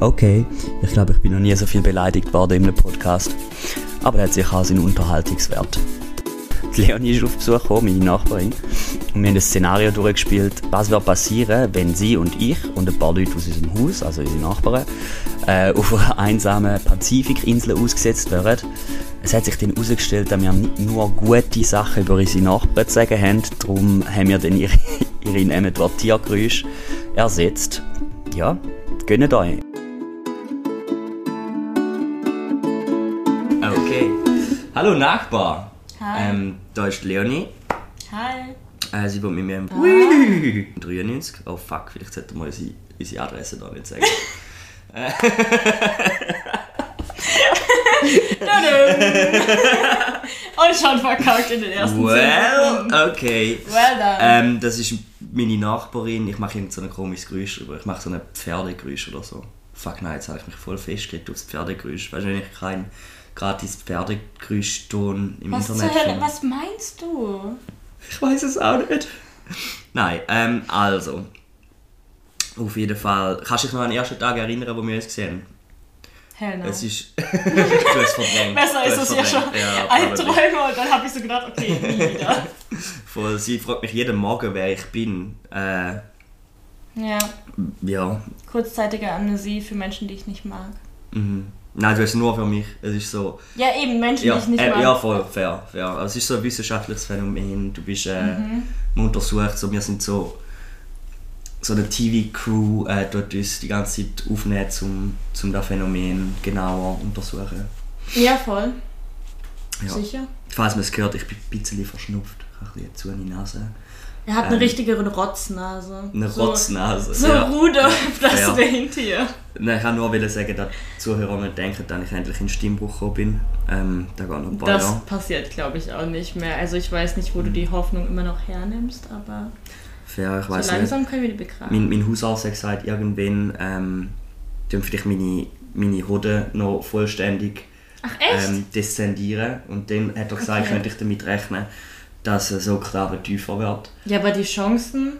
okay, ich glaube, ich bin noch nie so viel beleidigt worden in einem Podcast. Aber er hat sicher auch seinen Unterhaltungswert. Die Leonie ist auf Besuch gekommen, meine Nachbarin. Und wir haben das Szenario durchgespielt, was wird passieren, wenn sie und ich und ein paar Leute aus unserem Haus, also unsere Nachbarn, äh, auf einer einsamen Pazifikinsel ausgesetzt werden. Es hat sich dann herausgestellt, dass wir nicht nur gute Sachen über unsere Nachbarn zu sagen haben. Darum haben wir dann ihre, ihre nehmen dort Tiergeräusche ersetzt. Ja, gönnt euch. Okay. Hallo Nachbar. Hi. Ähm, da ist die Leonie. Hi. Äh, sie wohnt mit mir im Ah. 93. Oh fuck, vielleicht sollten wir unsere, unsere Adresse da nicht sagen. Und schon Oh, verkackt in den ersten well, Sekunden. okay. Well done. Ähm, das ist meine Nachbarin. Ich mache irgend so ein komisches Geräusch drüber. Ich mache so ein Pferdegeräusch oder so. Fuck nein, jetzt habe ich mich voll festgelegt aufs Pferdegeräusch. Weißt du, wenn ich keinen gratis Pferdegeräuschton im was zur Internet Hölle? finde? Was meinst du? Ich weiß es auch nicht. Nein, ähm, also. Auf jeden Fall. Kannst du dich noch an den ersten Tag erinnern, wo wir uns gesehen haben? Hell no. Es ist. du hast verdrängt. Besser Du ist hast es ja schon. verdrängt. Ein probably. Träumer und dann habe ich so gedacht, okay, nie wieder. Voll. Sie fragt mich jeden Morgen, wer ich bin. Äh, ja, ja. kurzzeitige Amnesie für Menschen, die ich nicht mag. Mhm. Nein, du hast nur für mich. Es ist so. Ja, eben, Menschen, Ja, die ich nicht mag. äh, ja voll, fair, fair. Also es ist so ein wissenschaftliches Phänomen. Du bist äh, Mhm. man untersucht. So, wir sind so. So eine TV-Crew äh, tut uns die ganze Zeit aufnehmen, um zum das Phänomen genauer untersuchen. ja, voll. Ja. Sicher. Falls man es gehört, ich bin ein bisschen verschnupft. Ich habe ein bisschen zu an die Nase. Er hat eine Ähm, richtige Rotznase. Eine so, Rotznase. So ja. Rudolf, das Ja. Rentier. Nein, ich kann nur wollen sagen, dass die Zuhörer nicht denken, dass ich endlich in den Stimmbruch gekommen bin. Ähm, da geht noch ein paar Das Jahre. passiert, glaube ich, auch nicht mehr. Also ich weiß nicht, wo du die Hoffnung immer noch hernimmst, aber Fair, ich so weiß nicht. langsam können wir die begraben. Mein, mein Hausarzt hat gesagt, irgendwann ähm, dürfen vielleicht meine, meine Hoden noch vollständig Ach echt? ähm, deszendieren. Und dann hat er gesagt, Okay. könnte ich damit rechnen, dass es so klar tiefer wird. ja, aber die Chancen...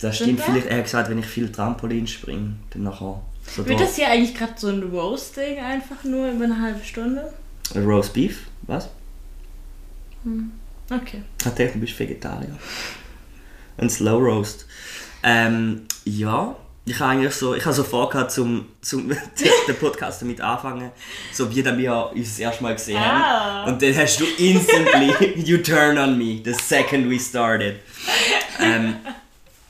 Das Stimmt stimmt das? vielleicht. Er hat gesagt, wenn ich viel Trampolin springe, dann nachher so Wird da- das hier eigentlich gerade so ein Roasting einfach nur über eine halbe Stunde? Roast Beef. Was? Okay. Ich dachte, du bist Vegetarier. Ein Slow Roast. Ähm, ja, ich habe eigentlich so, ich habe so vorgehabt, zum, zum den Podcast damit anfangen, so wie dann wir uns das erste Mal gesehen Ah. haben. Und dann hast du instantly, you turn on me, the second we started. Ähm,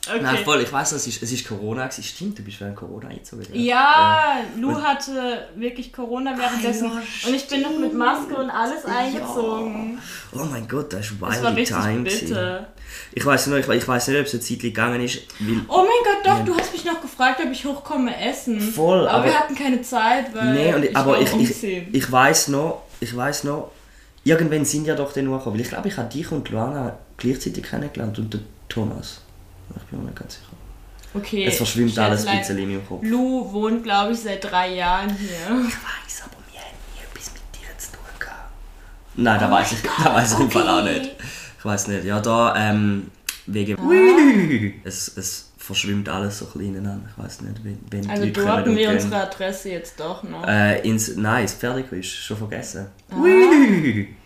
okay. Nein, voll, ich weiß, es ist, es ist Corona. gewesen. Stimmt, du bist während Corona eingezogen. gell? ja, Lu hatte wirklich Corona währenddessen Ah, ja, und ich bin noch mit Maske und alles eingezogen. Oh mein Gott, das ist Das war wildy wichtig, time. gewesen. bitte. Ich weiß nicht, ich, ich weiß nicht, ob es eine Zeit gegangen ist, weil Oh mein Gott, doch, du hast mich noch gefragt, ob ich hochkomme essen. Voll, aber, wir aber- hatten keine Zeit, weil Nee, und ich Äh, ich, aber war ich, ich, umziehen. ich weiß noch, ich weiß noch, irgendwann sind ja doch dann hochgekommen, weil ich glaube, ich habe dich und Luana gleichzeitig kennengelernt und den Thomas. Ich bin mir nicht ganz sicher. okay, Es verschwimmt schnell alles ein bleiben. bisschen in meinem Kopf. Lu wohnt, glaube ich, seit drei Jahren hier. Ich weiß, aber wir haben nie etwas mit dir zu tun gehabt. Nein, da weiß ich, da weiß ich im Fall auch okay. nicht. Ich weiß nicht. Ja, da, ähm, wegen. Ui. Es, es verschwimmt alles so klein ineinander. Ich weiß nicht, wenn, wenn die Also Leute kommen droppen und wir gehen. unsere Adresse jetzt doch noch. Äh, ins, nein, ins Pferdequiz, schon vergessen. Ui.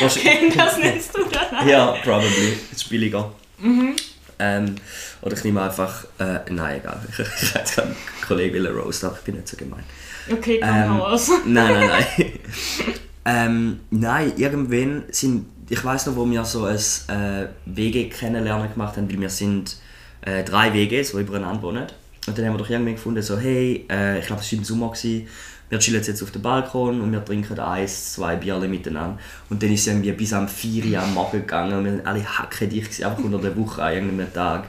Wahrscheinlich- Das nennst du danach. ja, probably. Ist billiger. Ähm, oder ich nehme einfach. Äh, nein, egal. Ich hätte gerade einen Kollegen will roast, aber ich bin nicht so gemein. Okay, komm Ähm, ähm, raus. Nein, nein, nein. ähm, nein, irgendwann sind. Ich weiß noch, wo wir so ein äh, WG kennenlernen gemacht haben, weil wir sind äh, drei WGs, die übereinander wohnen. Und dann haben wir doch irgendwann gefunden, so, hey, äh, ich glaube, es war im Sommer, gewesen, wir chillen jetzt auf dem Balkon und wir trinken eins, zwei Bierle miteinander. Und dann ist es irgendwie bis am 4 Uhr am Morgen gegangen und wir sind alle hackendicht, gewesen, einfach unter der Woche an irgendeinem Tag.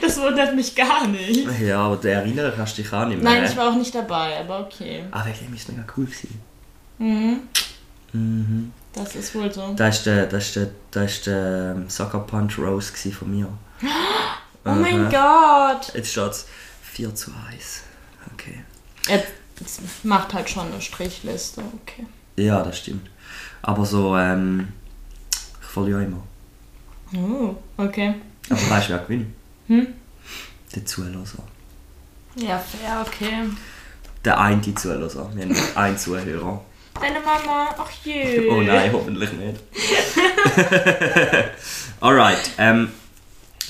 Das wundert mich gar nicht. Ja, aber der erinnern kannst du dich auch nicht mehr. Nein, ne? ich war auch nicht dabei, aber okay. Mhm. Aber ich denke, es war mega cool. Gewesen. Mhm. Das ist wohl so. Das ist der, das ist der, das ist der ähm, Sucker Punch Rose gsi von mir. Oh mein Gott! Jetzt steht's 4 zu 1. Okay. Er es macht halt schon eine Strichliste, okay. Ja, das stimmt. Aber so, ähm, ich verliere immer. Oh, okay. Aber weißt du, wer gewinnt? Hm? Der Zuhörer. Ja, fair, okay. Der eine Zuhörer. Wir haben einen Zuhörer. Deine Mama, ach je. Oh nein, hoffentlich nicht. Alright. Ähm,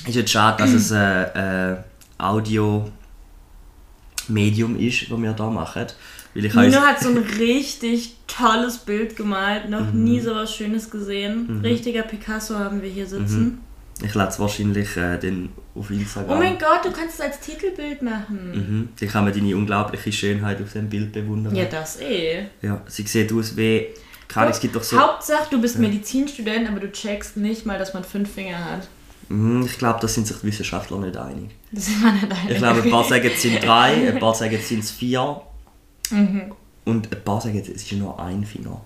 ist jetzt schade, dass es ein äh, Audio-Medium ist, was wir da machen. Weil ich Nino heiße. hat so ein richtig tolles Bild gemalt, noch Mhm. nie sowas Schönes gesehen. Richtiger Picasso haben wir hier Mhm. sitzen. Ich lade es wahrscheinlich äh, dann auf Oh Instagram. mein Gott, du kannst es als Titelbild machen. Mhm. Dann kann man deine unglaubliche Schönheit auf dem Bild bewundern. Ja, das eh. Ja, sie sieht aus wie. Keine Ahnung, es gibt Ah, doch so. Hauptsache, du bist Medizinstudent, aber du checkst nicht mal, dass man fünf Finger hat. Mhm, ich glaube, da sind sich die Wissenschaftler nicht einig. Das ist meine Ich glaube, ein paar sagen, es sind drei, ein paar sagen, es sind vier. Mhm. Und ein paar sagen, es ist nur ein Finger.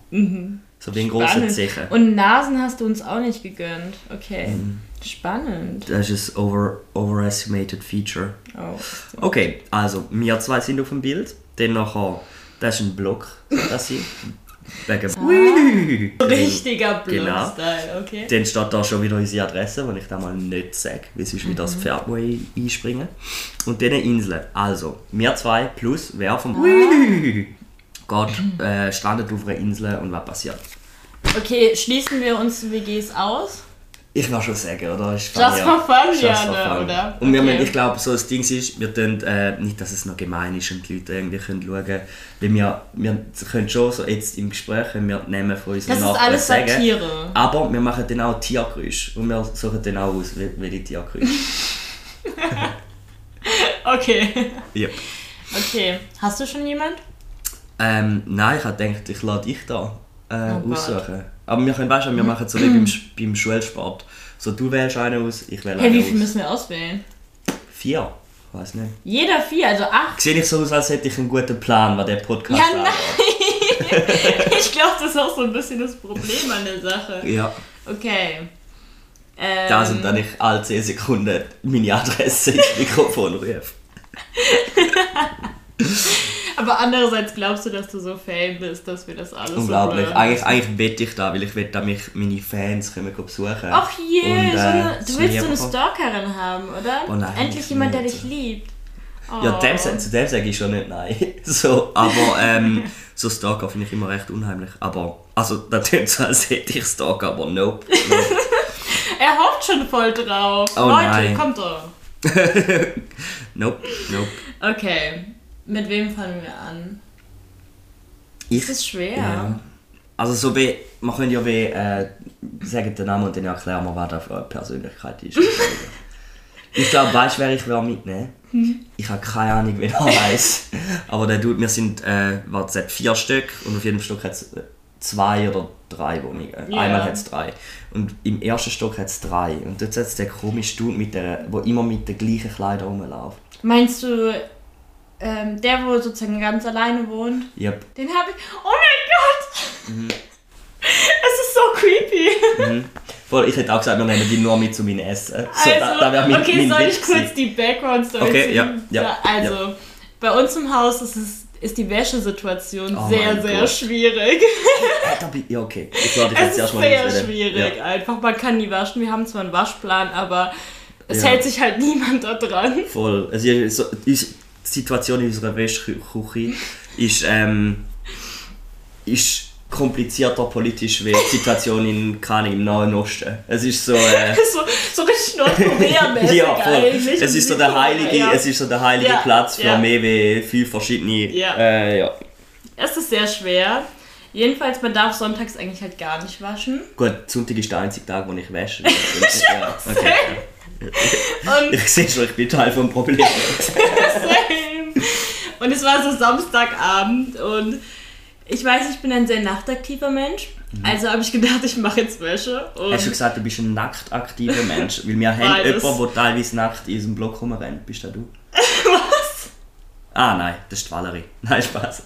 So wie ein grosser Zeche. Mhm. Und Nasen hast du uns auch nicht gegönnt. Okay. Spannend. Das ist ein over, overestimated feature. Oh. Okay, also wir zwei sind auf dem Bild. Dann nachher, das ist ein Block, das sie wegen... Ui. Richtiger Äh, Genau. Blog-Style, okay. Dann steht da schon wieder unsere Adresse, wenn ich da mal nicht sage, weil sonst wieder das Pferd muss ein- einspringen. Und dann eine Insel. Also, wir zwei plus wer vom Gott äh, strandet auf einer Insel und was passiert? Okay, schließen wir uns WGs aus? Ich will schon sagen, oder? Ist Just funny, for fun, Just ja, for ne, fun. oder? Und wir Okay. müssen, ich glaube, so das Ding ist, wir tun, äh, nicht, dass es noch gemein ist und die Leute irgendwie können schauen können, weil wir, wir können schon so jetzt im Gespräch, können wir nehmen von unseren Das ist Nachbarn alles sagen, Satire. Aber wir machen dann auch Tiergeräusche und wir suchen dann auch aus, wel- welche Tiergeräusche. Okay. yep. Okay. Hast du schon jemand? ähm, nein, ich habe gedacht, ich lade dich da äh, Oh Gott. aussuchen. Aber wir können, weißt du, wir machen so wie beim, Sch- beim Schulsport. So, du wählst einen aus, ich wähle Hey, einen wie viel aus. müssen wir auswählen? Vier? Ich weiß nicht. Jeder vier, also acht. Sehe ich so aus, als hätte ich einen guten Plan, was der Podcast Ja, angeht? Ich glaube, das ist auch so ein bisschen das Problem an der Sache. Ja, Okay. Ähm, da sind dann ich alle 10 Sekunden meine Adresse ins Mikrofon rufe. Aber andererseits glaubst du, dass du so Fan bist, dass wir das alles Unglaublich. so blöd- Eigentlich, eigentlich wette ich da, weil ich wette, dass mich meine Fans kommen besuchen. Ach je, Und, so äh, eine, du willst so eine Sneaker. Stalkerin haben, oder? Oh nein, Endlich ich jemand, der nicht. dich liebt. Oh. Ja, dem, sa- zu dem sage ich schon nicht nein. So, aber ähm, so Stalker finde ich immer recht unheimlich. Aber, also, da tönt so, als hätte ich Stalker, aber nope. Oh. Er hofft schon voll drauf. Oh Leute, nein. kommt doch. Nope, nope. Okay, mit wem fangen wir an? Ich, Das ist schwer. Ja. Also, so wie, man könnte ja wie, äh, sagen den Namen und dann erklären wir, was da für eine Persönlichkeit ist. ich glaube, weißt du, wer ich will mitnehmen? Hm. Ich habe keine Ahnung, wer er weiß. Aber der Dude, wir sind, äh, warte, seit vier Stück und auf jedem Stück hat es zwei oder drei Wohnungen. Ja. Einmal hat es drei. Und im ersten Stock hat es drei. Und dort sitzt der komische Dude, mit der, der immer mit den gleichen Kleidern rumläuft. Meinst du, ähm, der, wo sozusagen ganz alleine wohnt? Yep. Den habe ich. Oh mein Gott! Mhm. Es ist so creepy. Voll, ich hätte auch gesagt, wir nehmen die nur mit zu meinem Essen. So, also, da, da wär mein- okay, mein soll Witz ich gewesen. kurz die Background-Story Okay, zu- ja, ja, Also, bei uns im Haus ist, es, ist die Wäschesituation Oh sehr, mein sehr Gott. schwierig. Da bin- Ja, okay. Ich werde dich Es jetzt ist erstmal nicht sehr reden. schwierig Ja, einfach. Man kann nie waschen. Wir haben zwar einen Waschplan, aber es Ja. hält sich halt niemand da dran. voll. Also, ihr- so, die Situation in unserer Wäschküche ist, ähm, ist komplizierter politisch wie die Situation in Kani im Nahen Osten. Es ist so. Äh, so, so richtig Nordkorea-mäßig ja, voll. eigentlich. Es Und ist so der Südkorea, heilige, ja. es ist so der heilige Ja, Platz für ja. mehr wie fünf verschiedene. Ja. Äh, ja. Es ist sehr schwer. Jedenfalls, man darf sonntags eigentlich halt gar nicht waschen. Gut, Sonntag ist der einzige Tag, wo ich wäsche. ja, okay. Und, Ich sehe schon, ich bin Teil vom Problem. same. und es war so Samstagabend und ich weiß, ich bin ein sehr nachtaktiver Mensch. Also habe ich gedacht, ich mache jetzt Wäsche. Und Mhm. Hast du gesagt, du bist ein nackt aktiver Mensch? Weil wir haben Beides. jemanden, der teilweise nackt in unserem Block rumrennt. Bist das du? was? Ah nein, das ist die Valerie. Nein, Spaß.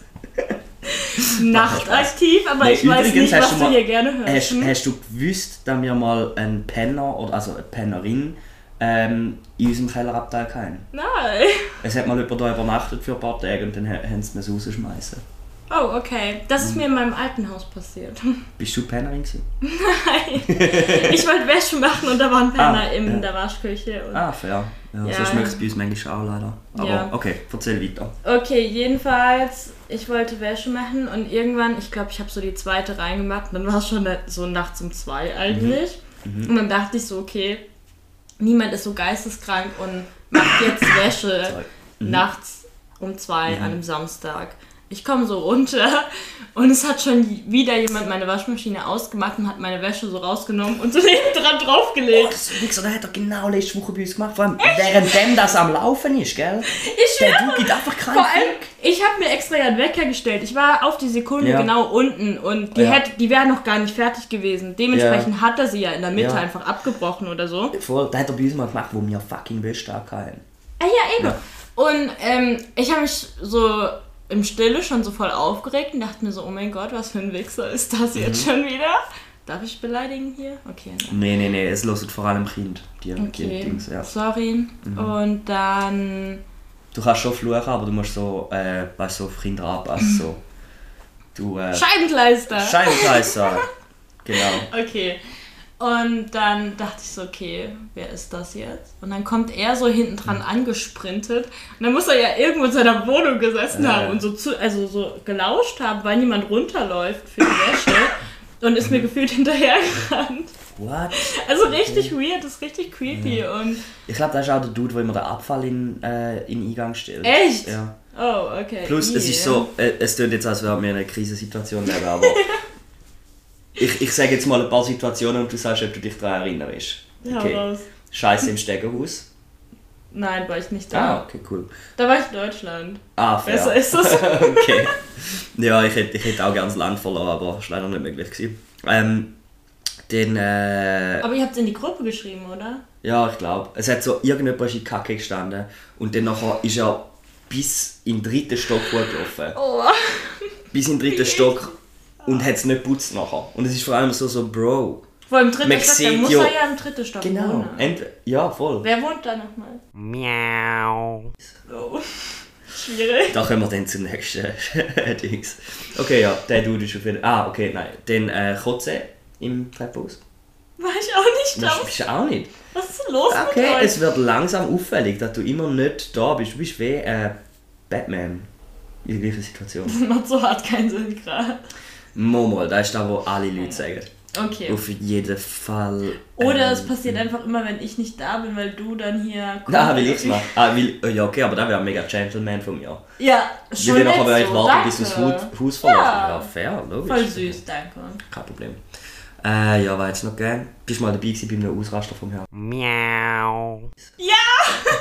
Nachtaktiv, aber Nee, ich weiß übrigens nicht, hast was du du mal- hier gerne hörst. Hast, hast du gewusst, dass wir mal einen Penner, oder also eine Pennerin, ähm, in unserem Kellerabteil hatten? Nein. Es hat mal jemand da übernachtet für ein paar Tage und dann ha- haben sie mir rausgeschmeißen. Oh, okay. Das ist mir in meinem alten Haus passiert. Bist du Pennerin gewesen? Ich wollte Wäsche machen und da war ein Penner Ah, in ja. der Waschküche. Und Ah, fair. Ja, Ja. So schmeckt es bei uns manchmal auch leider. Aber Ja. okay, erzähl weiter. Okay, jedenfalls, ich wollte Wäsche machen und irgendwann, ich glaube, ich habe so die zweite reingemacht und dann war es schon so nachts um zwei eigentlich. Mhm. Und dann dachte ich so, okay, niemand ist so geisteskrank und macht jetzt Wäsche Sorry. Mhm. nachts um zwei an einem Samstag. Ich komme so runter und es hat schon wieder jemand meine Waschmaschine ausgemacht und hat meine Wäsche so rausgenommen und so neben dran draufgelegt. Das Wichser, der hat er genau letzte Woche bei uns gemacht. Vor allem, währenddem das am Laufen ist, gell? Ich Der schwöre, Du gibt einfach keinen Vor allem, Fick. ich habe mir extra ja einen Wecker gestellt. Ich war auf die Sekunde Ja. genau unten und die, Ja. hätte, die wäre noch gar nicht fertig gewesen. Dementsprechend hat er sie ja in der Mitte Ja. einfach abgebrochen oder so. Voll, der hat er bei uns mal gemacht, wo wir fucking Wäsche hatten. Ah ja, eben. Ja. Und ähm, ich habe mich so im Stille schon so voll aufgeregt und dachte mir so, oh mein Gott, was für ein Wichser ist das Mhm. jetzt schon wieder? Darf ich beleidigen hier? Okay. ne. Nee, nee, nee, es loset vor allem Kind. Die, die Okay, Dings, ja. Mhm. sorry. Und dann... Du kannst schon fluchen, aber du musst so, äh, weißt du, so auf Kinder anpassen. So. Du, äh, Scheibenkleister! Scheibenkreis sagen. Genau. Okay. Und dann dachte ich so, okay, wer ist das jetzt? Und dann kommt er so hinten dran Hm. angesprintet. Und dann muss er ja irgendwo in seiner Wohnung gesessen Äh. haben und so, zu, also so gelauscht haben, weil niemand runterläuft für die Wäsche. und ist mir Mhm. gefühlt hinterhergerannt. What? Also richtig weird, das ist richtig creepy. Und Ich glaube, das ist auch der Dude, der immer den Abfall in, äh, in den Eingang stellt. echt? Ja. Oh, okay. Plus, es ist Ih. so, äh, es tut jetzt, als wären wir in einer Krisensituation leben, aber ich, ich sage jetzt mal ein paar Situationen und du sagst, ob du dich daran erinnerst. Ja, raus. Scheiße im Stegenhaus. Nein, war ich nicht da. Ah, okay, cool. Da war ich in Deutschland. Ah, fair. Besser ist das. okay. Ja, ich hätte, ich hätte auch ganz Land verloren, aber ist leider nicht möglich gewesen. Ähm, den, äh, Aber ihr habt es in die Gruppe geschrieben, oder? Ja, ich glaube. Es hat so irgendjemand ist in die Kacke gestanden und dann nachher ist er bis in den dritten Stock hochgelaufen. Oh. Bis in den dritten Stock und hat es nicht geputzt nachher. Und es ist vor allem so, so Bro. Vor allem dritten Man Stock, da sieht muss ja- er ja im dritten Stock Genau. wohnen. also. Ent ja, voll. Wer wohnt da nochmal? Meow. Oh. Schwierig. Da kommen wir dann zum nächsten Dings. Okay, ja, der Dude ist auf jeden Fall... Ah, okay, nein. Den äh, Kotze im Treppenhaus. War ich auch nicht da. Das bist du auch nicht. Was ist denn los Okay, mit euch? es wird langsam auffällig, dass du immer nicht da bist. Du bist wie äh, Batman. In gleicher Situation. Das macht so hart keinen Sinn gerade. Momo, das ist da, wo alle Leute sagen. Okay. Auf jeden Fall. Oder ähm, es passiert einfach immer, wenn ich nicht da bin, weil du dann hier kommst. Nein, will ich's machen. Ah, will, oh ja, okay, aber das wäre mega Gentleman von mir. Ja, Ich schon will nett nachher bei euch so. warten, bis uns Danke. Haus, Haus verlassen. Ja. Ja. fair, logisch. Voll süß, danke. Oh Kein Problem. Äh, ja, war jetzt noch gern. Bist du mal dabei gewesen bei einem Ausraster vom Herrn? Meow.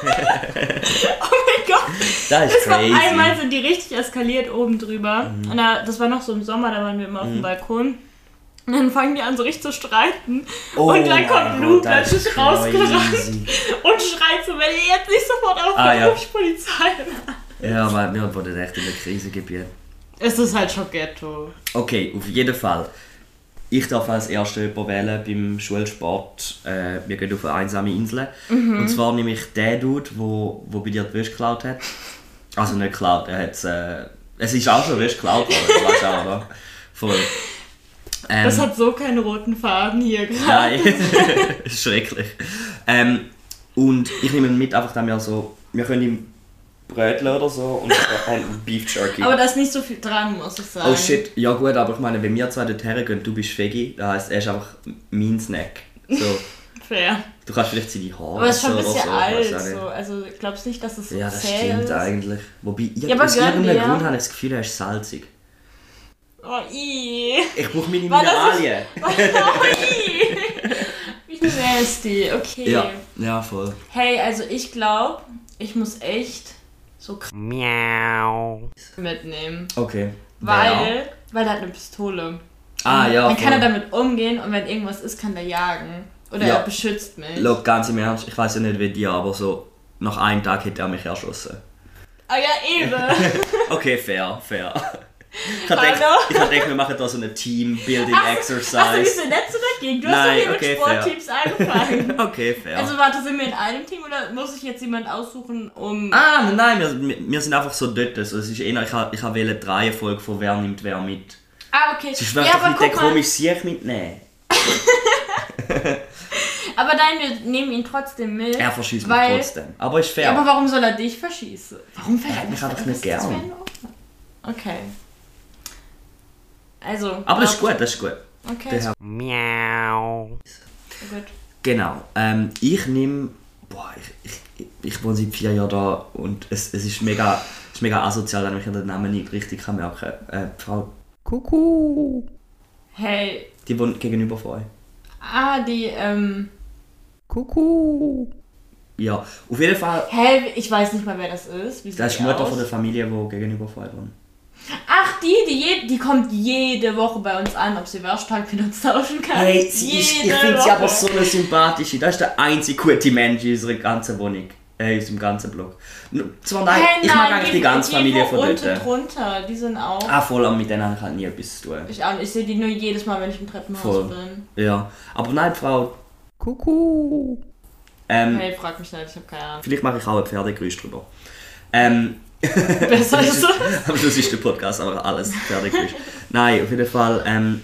Oh mein Gott. Das ist Das war crazy. Mhm. einmal sind die richtig eskaliert oben drüber. Und da, das war noch so im Sommer, da waren wir immer auf dem Balkon. Und dann fangen die an, so richtig zu streiten. Oh und dann mein kommt Gott, Lou das ist plötzlich rausgerannt crazy. und schreit so, wenn ihr jetzt nicht sofort aufhört, Ah, ja. ruf ich Polizei. Ja, weil mir wurde echt in der Krise gebiet. Es ist halt schon Ghetto. Okay, auf jeden Fall. Ich darf als Erster jemanden wählen beim Schulsport. Äh, wir gehen auf eine einsame Insel. Mhm. Und zwar nämlich der Dude, der wo, wo bei dir die Wäsche geklaut hat. Also nicht geklaut, er hat äh, es... ist auch schon Wäsche geklaut worden, du weißt auch, oder? Voll. Ähm, Das hat so keine roten Farben hier gerade. Nein, schrecklich. Ähm, und ich nehme mit, einfach, dass wir so... Wir können ihm Brötchen oder so und ein Beef Jerky. Aber da ist nicht so viel dran, muss ich sagen. Oh shit, ja gut, aber ich meine, wenn wir zwei dort hergehen, du bist Veggie, das heisst, er ist einfach mein Snack. So, Fair. du kannst vielleicht seine Haare Aber es ist schon ein essen oder bisschen alt. ich weiß Oh, auch nicht. So. Also glaubst nicht, dass es so Ja, das zäh stimmt ist? eigentlich. Wobei, ich, aber aus gönn irgendeinem dir. Grund habe ich das Gefühl, er ist salzig. Oh, i. Ich brauche meine Weil das ist- Mineralien. Oh, i. Wie nasty. Okay. Ja, ja, voll. Hey, also ich glaube, ich muss echt so krass Meow. mitnehmen. Okay. Weil, Ja. weil er hat eine Pistole. Ah, ja, Dann kann er voll. damit umgehen und wenn irgendwas ist, kann er jagen. Oder Ja. er beschützt mich. Look, ganz im Ernst, ich weiß ja nicht wie dir, aber so, nach einem Tag hätte er mich erschossen. Ah ja, eben. Okay, fair, fair. Ich Hallo? habe gedacht, ich hab gedacht, wir machen da so eine Hast du- Team-Building-Exercise. Hast du diese Netze ging. Du hast doch Nein, hier okay, mit Sportteams angefangen. Okay, fair. Also warte, sind wir in einem Team oder muss ich jetzt jemand aussuchen, um... ah, nein, wir, wir sind einfach so dort. Also, es ist eher, ich habe ich hab wählen, die Reihenfolge von wer nimmt wer mit. Ah, okay. Sonst Ja, wäre doch aber nicht der guck mal. komische Sieg mitnehmen. Aber nein, wir nehmen ihn trotzdem mit. Er verschießt mich weil... trotzdem. Aber ist fair. Ja, aber warum soll er dich verschießen? Warum er hat mich einfach nicht Das wär gern. in Ordnung. Okay. Also. Aber das ist glaubt- gut, das ist gut. Okay. Der- meow, gut. Genau. Ähm, ich nehme. Boah, ich, ich, ich wohne seit vier Jahren da und es, es ist mega. Es ist mega asozial, wenn ich mir den Namen nicht richtig kann merken kann. Äh, die Frau, Kuckuck. Hey. die wohnt gegenüber von euch. Ah, die, ähm. Kuckuck. Ja, auf jeden Fall. Hey, ich weiß nicht mal, wer das ist. Wie sieht Das ist die die Mutter aus? von der Familie, die gegenüber von euch wohnt. Ach, die, die, je, die kommt jede Woche bei uns an, ob sie Wörtertag mit uns tauschen kann. Hey, sie ist, jede ich finde sie Woche. aber so eine sympathische. Das ist der einzige gute Mensch in unserer ganzen Wohnung. Äh, in unserem ganzen Block. N- Zwar nein, Hey, ich mag nein, eigentlich die- die ganze die Familie wo von dort. Unten drunter, die sind auch. Ah, voll, aber mit denen habe ich halt nie etwas zu tun. Ich auch nicht. Ich sehe die nur jedes Mal, wenn ich im Treppenhaus Voll. bin. Ja, aber nein, die Frau, Kuckuck. ähm, Hey, frag mich nicht, ich hab keine Ahnung. vielleicht mache ich auch ein Pferdegeräusch drüber. Ähm, Besser ist es. am Schluss ist der Podcast aber alles Pferdegeräusch. nein, auf jeden Fall, ähm,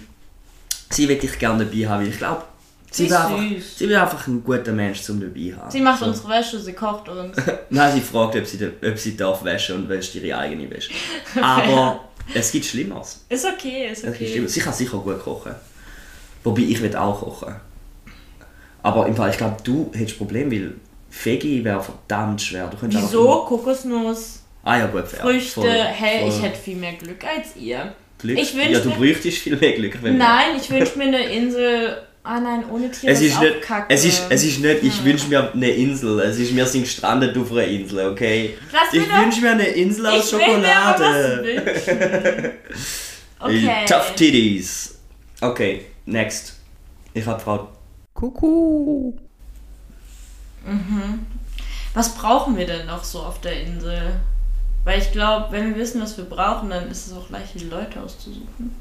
sie würde ich gerne dabei haben, weil ich glaube, Sie sie, ist wäre einfach, süß. sie wäre einfach ein guter Mensch zum dabei haben. Sie macht so. unsere Wäsche, sie kocht uns. Nein, sie fragt, ob sie, da- ob sie darf waschen und wäscht ihre eigene Wäsche. Aber es gibt Schlimmeres. Ist okay, ist Es gibt okay. Schlimmeres. Sie kann sicher gut kochen. Wobei, ich will auch kochen. Aber im Fall, ich glaube, du hättest Probleme, weil Fegi wäre verdammt schwer. Du könntest Wieso? Kokosnuss, einfach- Ah ja, gut, fair. Früchte. Voll, hey, ich voll. hätte viel mehr Glück als ihr. Glück. ich wünsch Ja, du mir- bräuchtest viel mehr Glück. Wenn Nein, ich wünsche mir eine Insel. Ah nein, ohne Tiere Es ist, auch nicht, kacke. es, ist, es ist nicht, ich wünsche mir eine Insel. Es ist, wir sind gestrandet auf einer Insel, okay? Lass mir ich doch- wünsche mir eine Insel aus ich will mir aber Schokolade. was wünschen. Okay. Äh, Tough Titties. Okay, next. Ich hab Frau. Kuckuck. Was brauchen wir denn noch so auf der Insel? Weil ich glaube, wenn wir wissen, was wir brauchen, dann ist es auch leicht, die Leute auszusuchen.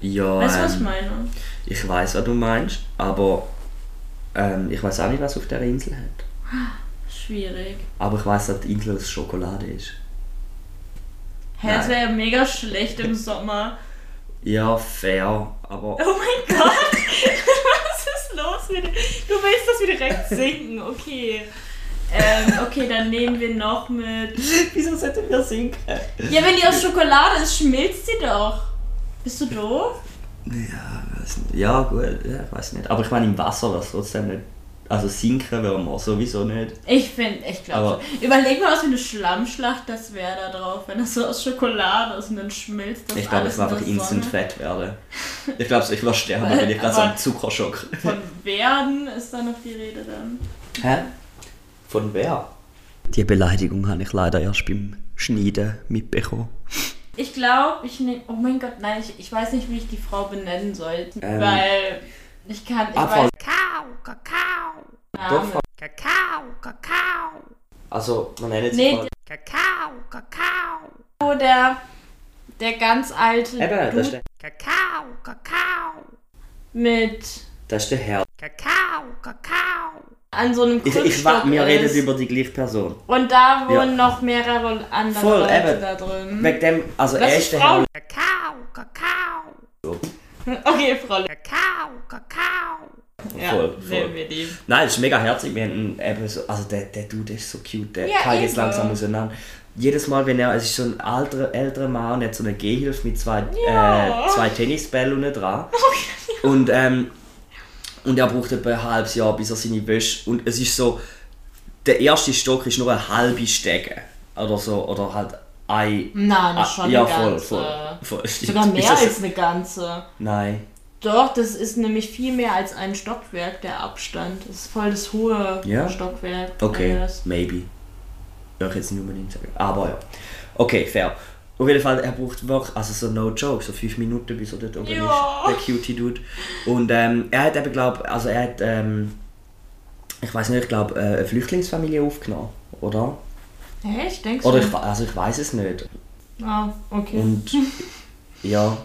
Ja. Weißt du, was ich ähm, meine? ich weiß, was du meinst, aber ähm, ich weiß auch nicht, was auf der Insel hat. Schwierig. Aber ich weiß, dass die Insel aus Schokolade ist. Hä, es Nein. wäre ja mega schlecht im Sommer. Ja, fair, Oh aber. mein Gott! Was ist los mit dir? Du willst, dass wir direkt sinken, okay. Ähm, okay, dann nehmen wir noch mit. Wieso sollten wir sinken? Ja, wenn die aus Schokolade ist, schmilzt sie doch. Bist du doof? Ja, gut, ja, ich weiß nicht. Aber ich meine, im Wasser das trotzdem nicht. Also sinken würden wir sowieso nicht. Ich finde, ich glaube. Aber- Überleg mal, was für eine Schlammschlacht das wäre da drauf, wenn das so aus Schokolade ist und dann schmilzt das Ich glaube, alles ich will einfach in der instant Sonne. fett werden. Ich glaube, ich will sterben, weil ich gerade so Aber- einen Zuckerschock. Von werden ist da noch die Rede dann. Hä? Von wer? Die Beleidigung habe ich leider erst beim Schneiden mitbekommen. Ich glaube, ich nehme. Oh mein Gott, nein, ich, ich weiß nicht, wie ich die Frau benennen soll. Ähm. weil ich kann. Ich Abfall. weiß cow, cacao, den Doch, Namen. Frau- cacao, cacao, Also, man nennt sie Nee, Frau- cacao, cacao, wo Oh, der, der ganz alte Eben, das ist, Dude der, cacao, cacao, mit das ist der Herr. cacao, cacao, an so einem Ich, Krückstock ich warte, wir ist. reden über die gleiche Person. Und da Ja. wohnen noch mehrere andere Voll, Leute eben. da drin. Wegen dem, also Das er ist ist der Frau. Herr. cacao, cacao, Okay, Frau Le- cacao, cacao. ja, voll, nehmen voll. wir die. Nein, das ist mega herzig. Wir haben eben so, also der, der Dude ist so cute, der Ja, kann jetzt eben. langsam auseinander. Jedes Mal, wenn er, es ist so ein alter, älterer Mann und er hat so eine Gehhilfe mit zwei, Ja. Oh, äh, zwei Tennisbällen unten dran. Und, ähm, und er braucht etwa ein halbes Jahr, bis er seine Wäsche. Und es ist so, der erste Stock ist nur eine halbe Stege. Oder so, oder halt ein. Nein, Ah, Hm, schon ja, eine voll, ganze. voll, voll. stimmt. Sogar mehr Ist das- als eine ganze. Nein. Doch, das ist nämlich viel mehr als ein Stockwerk, der Abstand. Das ist voll das hohe Ja? Stockwerk. Okay, Ja, das- maybe. Ja, ich jetzt nicht unbedingt sagen. Aber ja. Okay, fair. Auf jeden Fall, er braucht wirklich, also so no joke, so fünf Minuten, bis er dort oben Ja. ist, der cutie Dude. Und ähm, er hat eben, glaube also er hat, ähm, ich weiß nicht, ich glaube, eine Flüchtlingsfamilie aufgenommen, oder? Hä, ich denke Oder ich, we- also ich weiß es nicht. Ah, okay. Und ja,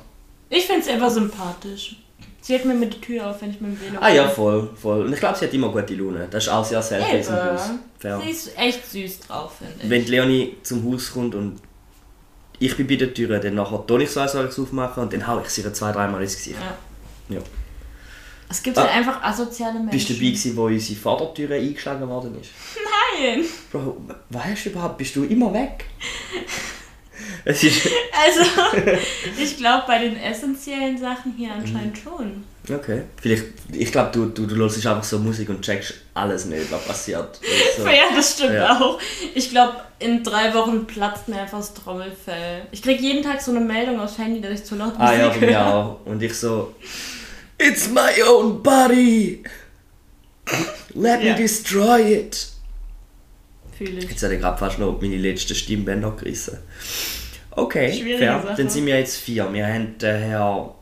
Ich finde es einfach sympathisch. Sie hält mir mit der Tür auf, wenn ich mit dem Velo Ah ja, voll, voll. Und ich glaube, sie hat immer gute Laune. Das ist auch sehr selten in unserem Haus. Eben. Fair. äh, Sie ist echt süß drauf, finde ich. Wenn die Leonie zum Haus kommt und ich bin bei der Tür, dann nachher tue ich so als soll ich's aufmachen und dann hau ich sie ihr zwei, dreimal ins Gesicht. ja. Ja. Es gibt Ah. halt einfach asoziale Menschen. Bist du dabei gewesen, wo unsere Vordertüre eingeschlagen worden ist? Nein! Bro, was hast du überhaupt? Bist du immer weg? es ist... Also, ich glaube, bei den essentiellen Sachen hier anscheinend Mhm. schon. Okay. Vielleicht, ich glaube, du, du, du hörst einfach so Musik und checkst alles nicht, was passiert. So. Ja, das stimmt Ja. auch. Ich glaube, in drei Wochen platzt mir einfach das Trommelfell. Ich krieg jeden Tag so eine Meldung aufs Handy, dass ich zu laut Musik Ah ja, bei mir höre. auch. Und ich so... It's my own body! Let Ja. me destroy it! Fühle ich. Jetzt hat er gerade fast noch meine letzten Stimmbänder gerissen. Okay, Schwierige Sache. Dann sind wir jetzt vier. Wir haben den Herr...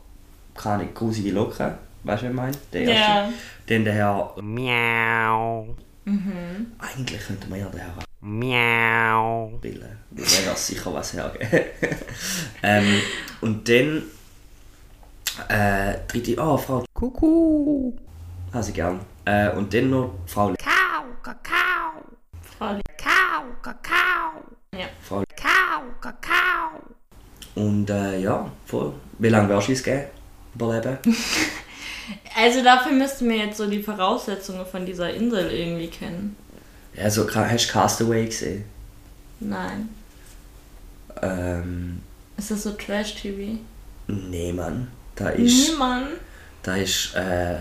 Keine grusige Locke. Weißt du, was ich meine? Der erste. Ja. Dann der Herr... Meow. Mhm. Eigentlich könnte man ja den Herr Meow. Billen. Dann wäre das sicher was hergeben. ähm, und dann... Äh, dritte... Oh, Frau... Kuckuck. Also gern. Äh, und dann noch Frau... Cow, cacao. Frau Lie- Cow, cacao. Frau Cow, cacao. und äh, ja, voll. Wie lange wirst du es geben? Überleben? Also dafür müssten wir jetzt so die Voraussetzungen von dieser Insel irgendwie kennen. Also ka- hast du Castaway gesehen? Nein. Ähm, Ist das so Trash-TV? nee, Mann. Da ist... Niemand. Da ist... Äh,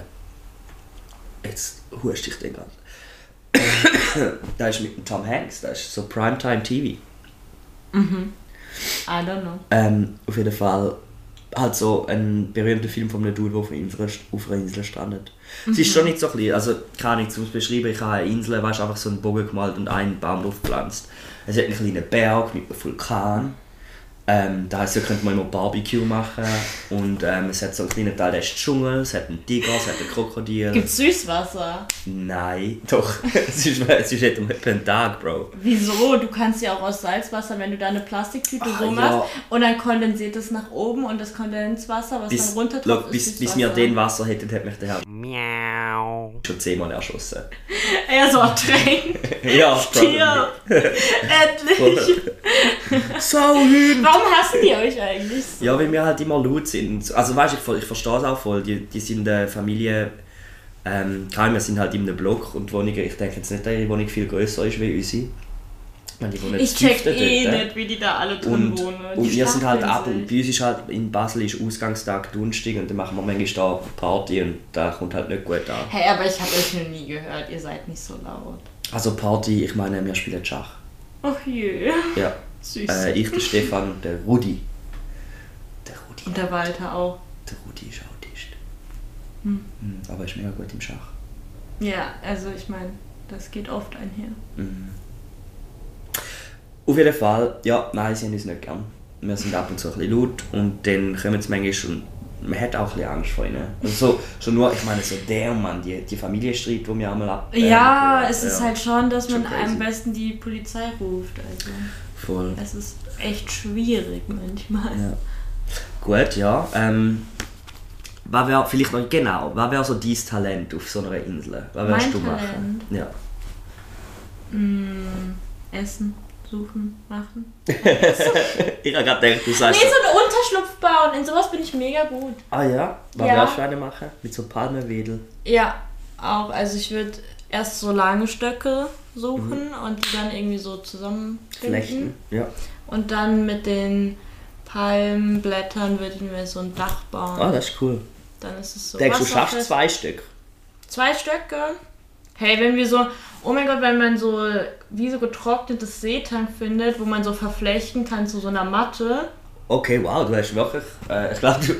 jetzt hust ich den gerade. da ist mit dem Tom Hanks. Da ist so Primetime TV. I don't know. Ähm, auf jeden Fall halt so ein berühmter Film von einem Dude, der auf einer Insel, auf einer Insel strandet. Es Mhm. ist schon nicht so klein, also kann ich es beschreiben, ich habe eine Insel, weißt, du, einfach so einen Bogen gemalt und einen Baum draufgepflanzt. Es hat einen kleinen Berg mit einem Vulkan. Ähm, da heisst, da könnte man immer Barbecue machen und ähm, es hat so einen kleinen Teil, der ist Dschungel, es hat einen Tiger, es hat einen Krokodil. Gibt's Süßwasser? Nein, doch, es ist, es ist um etwa ein Tag, Bro. Wieso? Du kannst ja auch aus Salzwasser, wenn du da eine Plastiktüte Ah, so ja. machst und dann kondensiert es nach oben und das Kondenswasser, was Bis, dann runter schau, tropft, ist bis, bis Süßwasser. wir den Wasser hätten, hat mich der Herr Meow. schon zehnmal erschossen. Er so ertränkt. Ja, Tier. Endlich. So Hühn! Warum hassen die euch eigentlich? so? Ja, weil wir halt immer laut sind. Also weißt du, ich, ver- ich verstehe es auch voll. Die, die sind eine Familie. Ähm, klar, wir sind halt in einem Block und Wohnungen, ich denke jetzt nicht, dass ihre Wohnung viel größer ist wie unsere. Ich meine, die wohnen Ich zu check fünften eh dort, äh. nicht, wie die da alle drin Und, wohnen. und Die wir sind halt stapeln ab sich. und bei uns ist halt, in Basel ist Ausgangstag Donnerstag und dann machen wir manchmal da Party und da kommt halt nicht gut an. Hey, aber ich habe euch noch nie gehört. Ihr seid nicht so laut. Also Party, ich meine, wir spielen Schach. Ach je. Ja. Süß. Äh, ich, der Stefan und der Rudi. Der Rudi, Und der Walter auch. Der Rudi ist Autist. Hm, Aber er ist mega gut im Schach. Ja, also ich meine, das geht oft einher. Auf jeden Fall, ja, nein, sie haben uns nicht gern. Wir sind ab und zu ein bisschen laut und dann kommen sie manchmal und man hat auch ein bisschen Angst vor ihnen. Also so, schon nur, ich meine, so der Mann, die, die Familienstreit, wo wir einmal ab... Ja, äh, es ist ja. halt schon, dass Schon man am crazy. besten die Polizei ruft. Also Voll. es ist echt schwierig manchmal. Ja. Gut, ja. Ähm, was wär, vielleicht noch, genau, was wäre so dein Talent auf so einer Insel? Was Mein würdest du machen? Talent? Ja. Essen, suchen, machen. Ich habe gerade gedacht, du sagst... Nee, so- so einen Unterschlupf bauen. In sowas bin ich mega gut. Ah ja? Was Ja. würdest du eine machen? Mit so Palmenwedel? Ja, auch. Also ich würde erst so lange Stöcke suchen und die dann irgendwie so Mhm. Flechten? zusammenflechten. Ja. Und dann mit den Palmblättern würde ich mir so ein Dach bauen. Ah, das ist cool. Dann ist es so. Denkst du, du schaffst wasserfest. zwei Stück? Zwei Stöcke. Hey, wenn wir so, oh mein Gott, wenn man so wie so getrocknetes Seetang findet, wo man so verflechten kann zu so einer Matte. Okay, wow, du hast wirklich. Äh, ich glaube, du,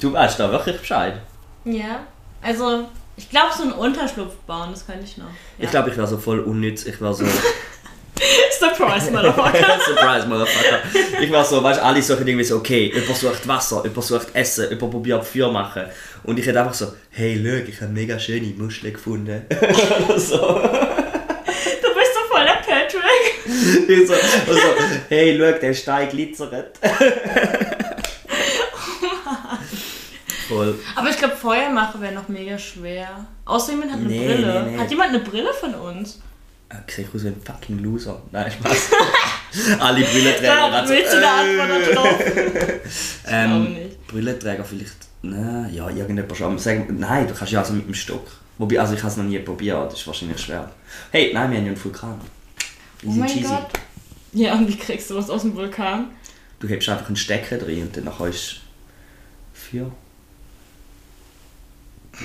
du weißt da wirklich Bescheid. Ja. Also, ich glaube, so einen Unterschlupf bauen, das kann ich noch. Ja. Ich glaube, ich wäre so voll unnütz. Ich wäre so. Surprise, Motherfucker. Surprise, Motherfucker. Ich wäre so, weißt du, alle suchen irgendwie so, okay, jemand sucht Wasser, jemand sucht Essen, jemand probiert Feuer machen. Und ich hätte einfach so, hey, look, ich habe mega schöne Muscheln gefunden. Du bist so voll der Patrick. ich so, und so, hey, look, der Stein glitzert. Voll. Aber ich glaube, Feuermacher wäre noch mega schwer. Außer jemand hat eine Nee, Brille. nee, nee. Hat jemand eine Brille von uns? Er Äh, sieht aus wie ein fucking Loser. Nein, Spaß. Alle Brillenträger. Da gerade so, willst du eine Antwort darauf. ähm, glaube nicht. Brillenträger vielleicht. Nein, ja, irgendjemand schon. Sagen, nein, du kannst ja also mit dem Stock. Wobei, also ich habe es noch nie probiert, das ist wahrscheinlich schwer. Hey, nein, wir haben ja einen Vulkan. Oh mein Gott. Ja, und wie kriegst du was aus dem Vulkan? Du hebst einfach einen Stecker drin und dann nachher ist. Vier.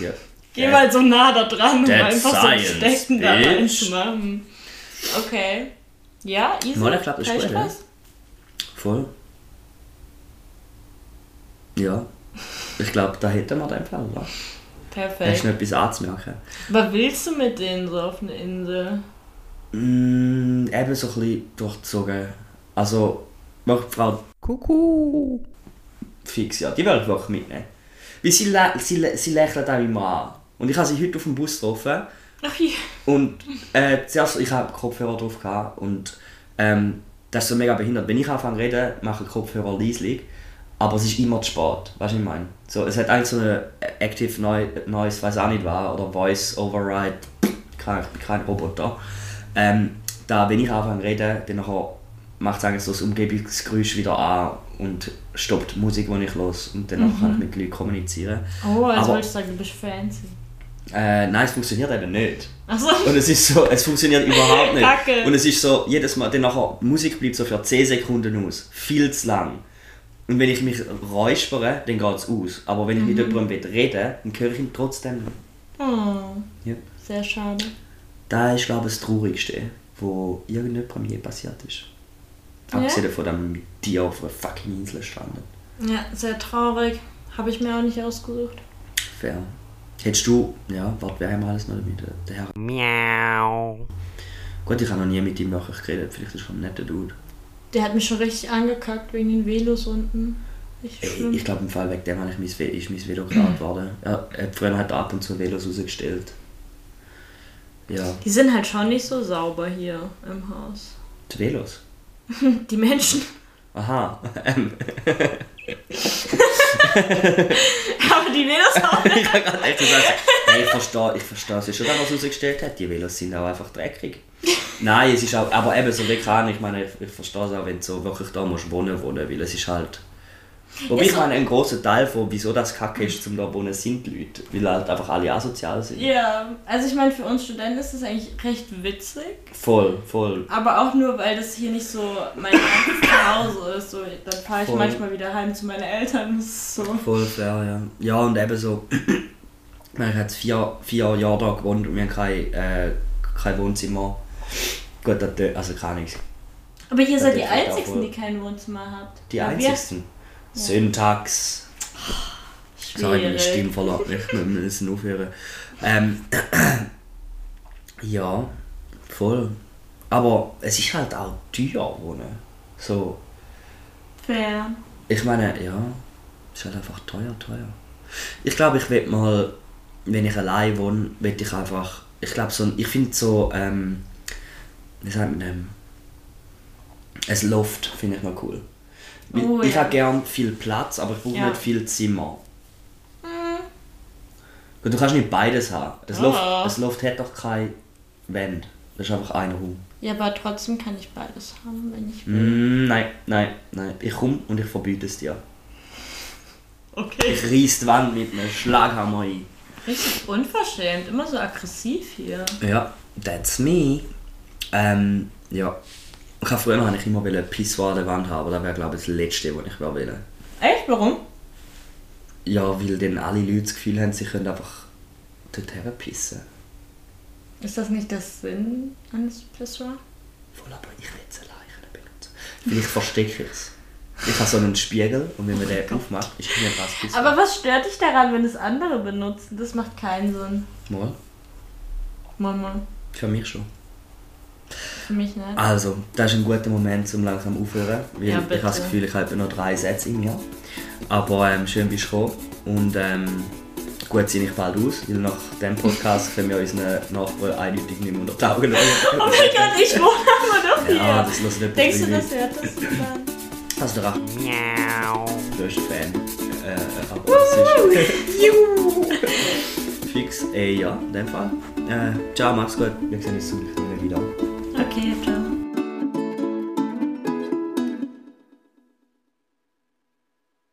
Ja. Äh, Geh mal so nah da dran, um That's einfach so ein science, Stecken da bitch. reinzumachen. Okay. Ja, easy. Mal, ich glaub, das ist Kein gut, Spaß. Voll. Ja. Ich glaube, da hätten wir den Fall. Oder? Hast Perfekt. du noch etwas anzumerken? Aber willst du mit denen so auf eine Insel? Mm, eben so ein bisschen durchgezogen. Also, macht die Frau Cuckoo. fix, ja. Die werde ich wirklich mitnehmen. Weil sie, lä sie, lä sie lächelt auch immer an. Und ich habe sie heute auf dem Bus getroffen. Ach ja. Und äh, zuerst, ich habe Kopfhörer drauf gehabt und ähm, das ist so mega behindert. Wenn ich anfange zu reden, mache ich Kopfhörer leislich, aber es ist immer zu spät, weißt du, was ich meine? So, es hat eigentlich so eine äh, Active Noi- Noise, weiß auch nicht was, oder Voice Override, kein, ich bin kein Roboter. Ähm, da, wenn ich anfange zu reden, dann nachher macht es eigentlich so das Umgebungsgeräusch wieder an und stoppt die Musik, die ich los und dann kann ich mit Leuten kommunizieren. Oh, also Aber- wollte ich sagen, du bist fancy. Äh, nein, es funktioniert eben nicht. Achso. Und es ist so, es funktioniert überhaupt nicht. Kacke. Und es ist so, jedes Mal, dann nachher, die Musik bleibt so für 10 Sekunden aus. Viel zu lang. Und wenn ich mich räuspere, dann geht es aus. Aber wenn ich mit Mhm. jemandem will reden dann höre ich ihn trotzdem. Oh, Ja. sehr schade. Das ist, glaube ich, das Traurigste, was irgendjemandem je passiert ist. Ja? Abgesehen davon, dass wir mit dir auf einer fucking Insel standen. Ja, sehr traurig. Habe ich mir auch nicht ausgesucht. Fair. Hättest du, ja, warte, wer haben wir alles noch damit? Der Herr. Meow. Gut, ich habe noch nie mit ihm wirklich geredet, vielleicht ist er schon ein netter Dude. Der hat mich schon richtig angekackt wegen den Velos unten. Richtig Ey, schlimm. ich glaube, im Fall wegen dem habe ich mein, Ve- ist mein Velo geklaut worden. Ja, äh, früher hat er ab und zu Velos rausgestellt. Ja, Die sind halt schon nicht so sauber hier im Haus. die Velos. Die Menschen. Aha. Ähm, Aber die Velos auch. ich habe gerade echt gesagt, hey, ich verstehe, ich verstehe es ist schon, dass er es rausgestellt hat. Die Velos sind auch einfach dreckig. Nein, es ist auch, aber eben so wirklich auch, ich meine, ich, ich verstehe es auch, wenn du so wirklich da musst wohnen, wohnen, weil es ist halt... Wobei Ja, ich so- meine, ein grosser Teil von, wieso das kacke ist, zum da wohnen, sind die Leute. Weil halt einfach alle asozial sind. Ja, also ich meine, für uns Studenten ist das eigentlich recht witzig. Voll, voll. Aber auch nur, weil das hier nicht so mein eigenes Zuhause ist. So, dann fahre ich Voll. manchmal wieder heim zu meinen Eltern. Das ist so. Voll fair, ja. Ja, und eben so. Ich meine, ich habe jetzt vier, vier Jahre da gewohnt und wir haben kein, äh, kein Wohnzimmer. Gut, das tö- also keine Ahnung. Aber hier seid das ihr ist halt auch Einzigen, wohl- die kein Wohnzimmer habt. Die Aber wir- einzigsten. Syntax. Sorry, meine Stimme Schwierig. verlässt mich. Wir müssen aufhören. Ähm, ja, voll. Aber es ist halt auch teuer wohnen. So, Fair. Ich meine, ja, ist halt einfach teuer, teuer. Ich glaube, ich will mal, wenn ich allein wohne, will ich einfach, ich glaube so, ein- ich finde so, ähm, wie sagt man dem? Ein Loft finde ich noch cool. Weil Oh, ich ja. habe gern viel Platz, aber ich brauche Ja. Hm. nicht viel Zimmer. Gut, du kannst nicht beides haben. Das Loft, Ah. das Loft hat doch keine Wände. Das ist einfach ein Raum. Ja, aber trotzdem kann ich beides haben, wenn ich will. Mm, nein, nein, nein. Ich komme und ich verbiete es dir. Okay. Ich reiss die Wand mit einem Schlaghammer ein. Richtig unverschämt, immer so aggressiv hier. Ja, that's me. Ähm, ja. Ich hab früher habe ich immer wollte Pissoir an der Wand haben, aber das wäre glaube ich das Letzte, was ich will. Echt? Warum? Ja, weil dann alle Leute das Gefühl haben, sie können einfach dort herpissen. Ist das nicht der Sinn eines Pissoir? Voll, aber ich will es allein können benutzen. Vielleicht verstecke ich es. Ich habe so einen Spiegel und wenn man den aufmacht, ist mir was Pissoir. Oh Aber was stört dich daran, wenn es andere benutzen? Das macht keinen Sinn. Mal, Mama, für mich schon. für mich nicht. Also, das ist ein guter Moment, um langsam aufzuhören, weil Ja, ich habe bitte. das Gefühl, ich habe noch drei Sätze in mir. Aber ähm, schön bist du gekommen und ähm, gut sehe ich bald aus, weil nach dem Podcast können wir unseren Nachbarn eindeutig nicht mehr unter die Augen schauen. Oh mein Gott, ich wohne aber doch hier. Ja, das lässt nicht tá? Denkst du, das hört das dann? Also, der Rach, Meow. du bist ein Fan. Äh, aber es ist. Fix, äh, ja, in dem Fall. Äh, ciao, mach's gut. Wir sehen uns zum nächsten Mal wieder. Okay, ciao.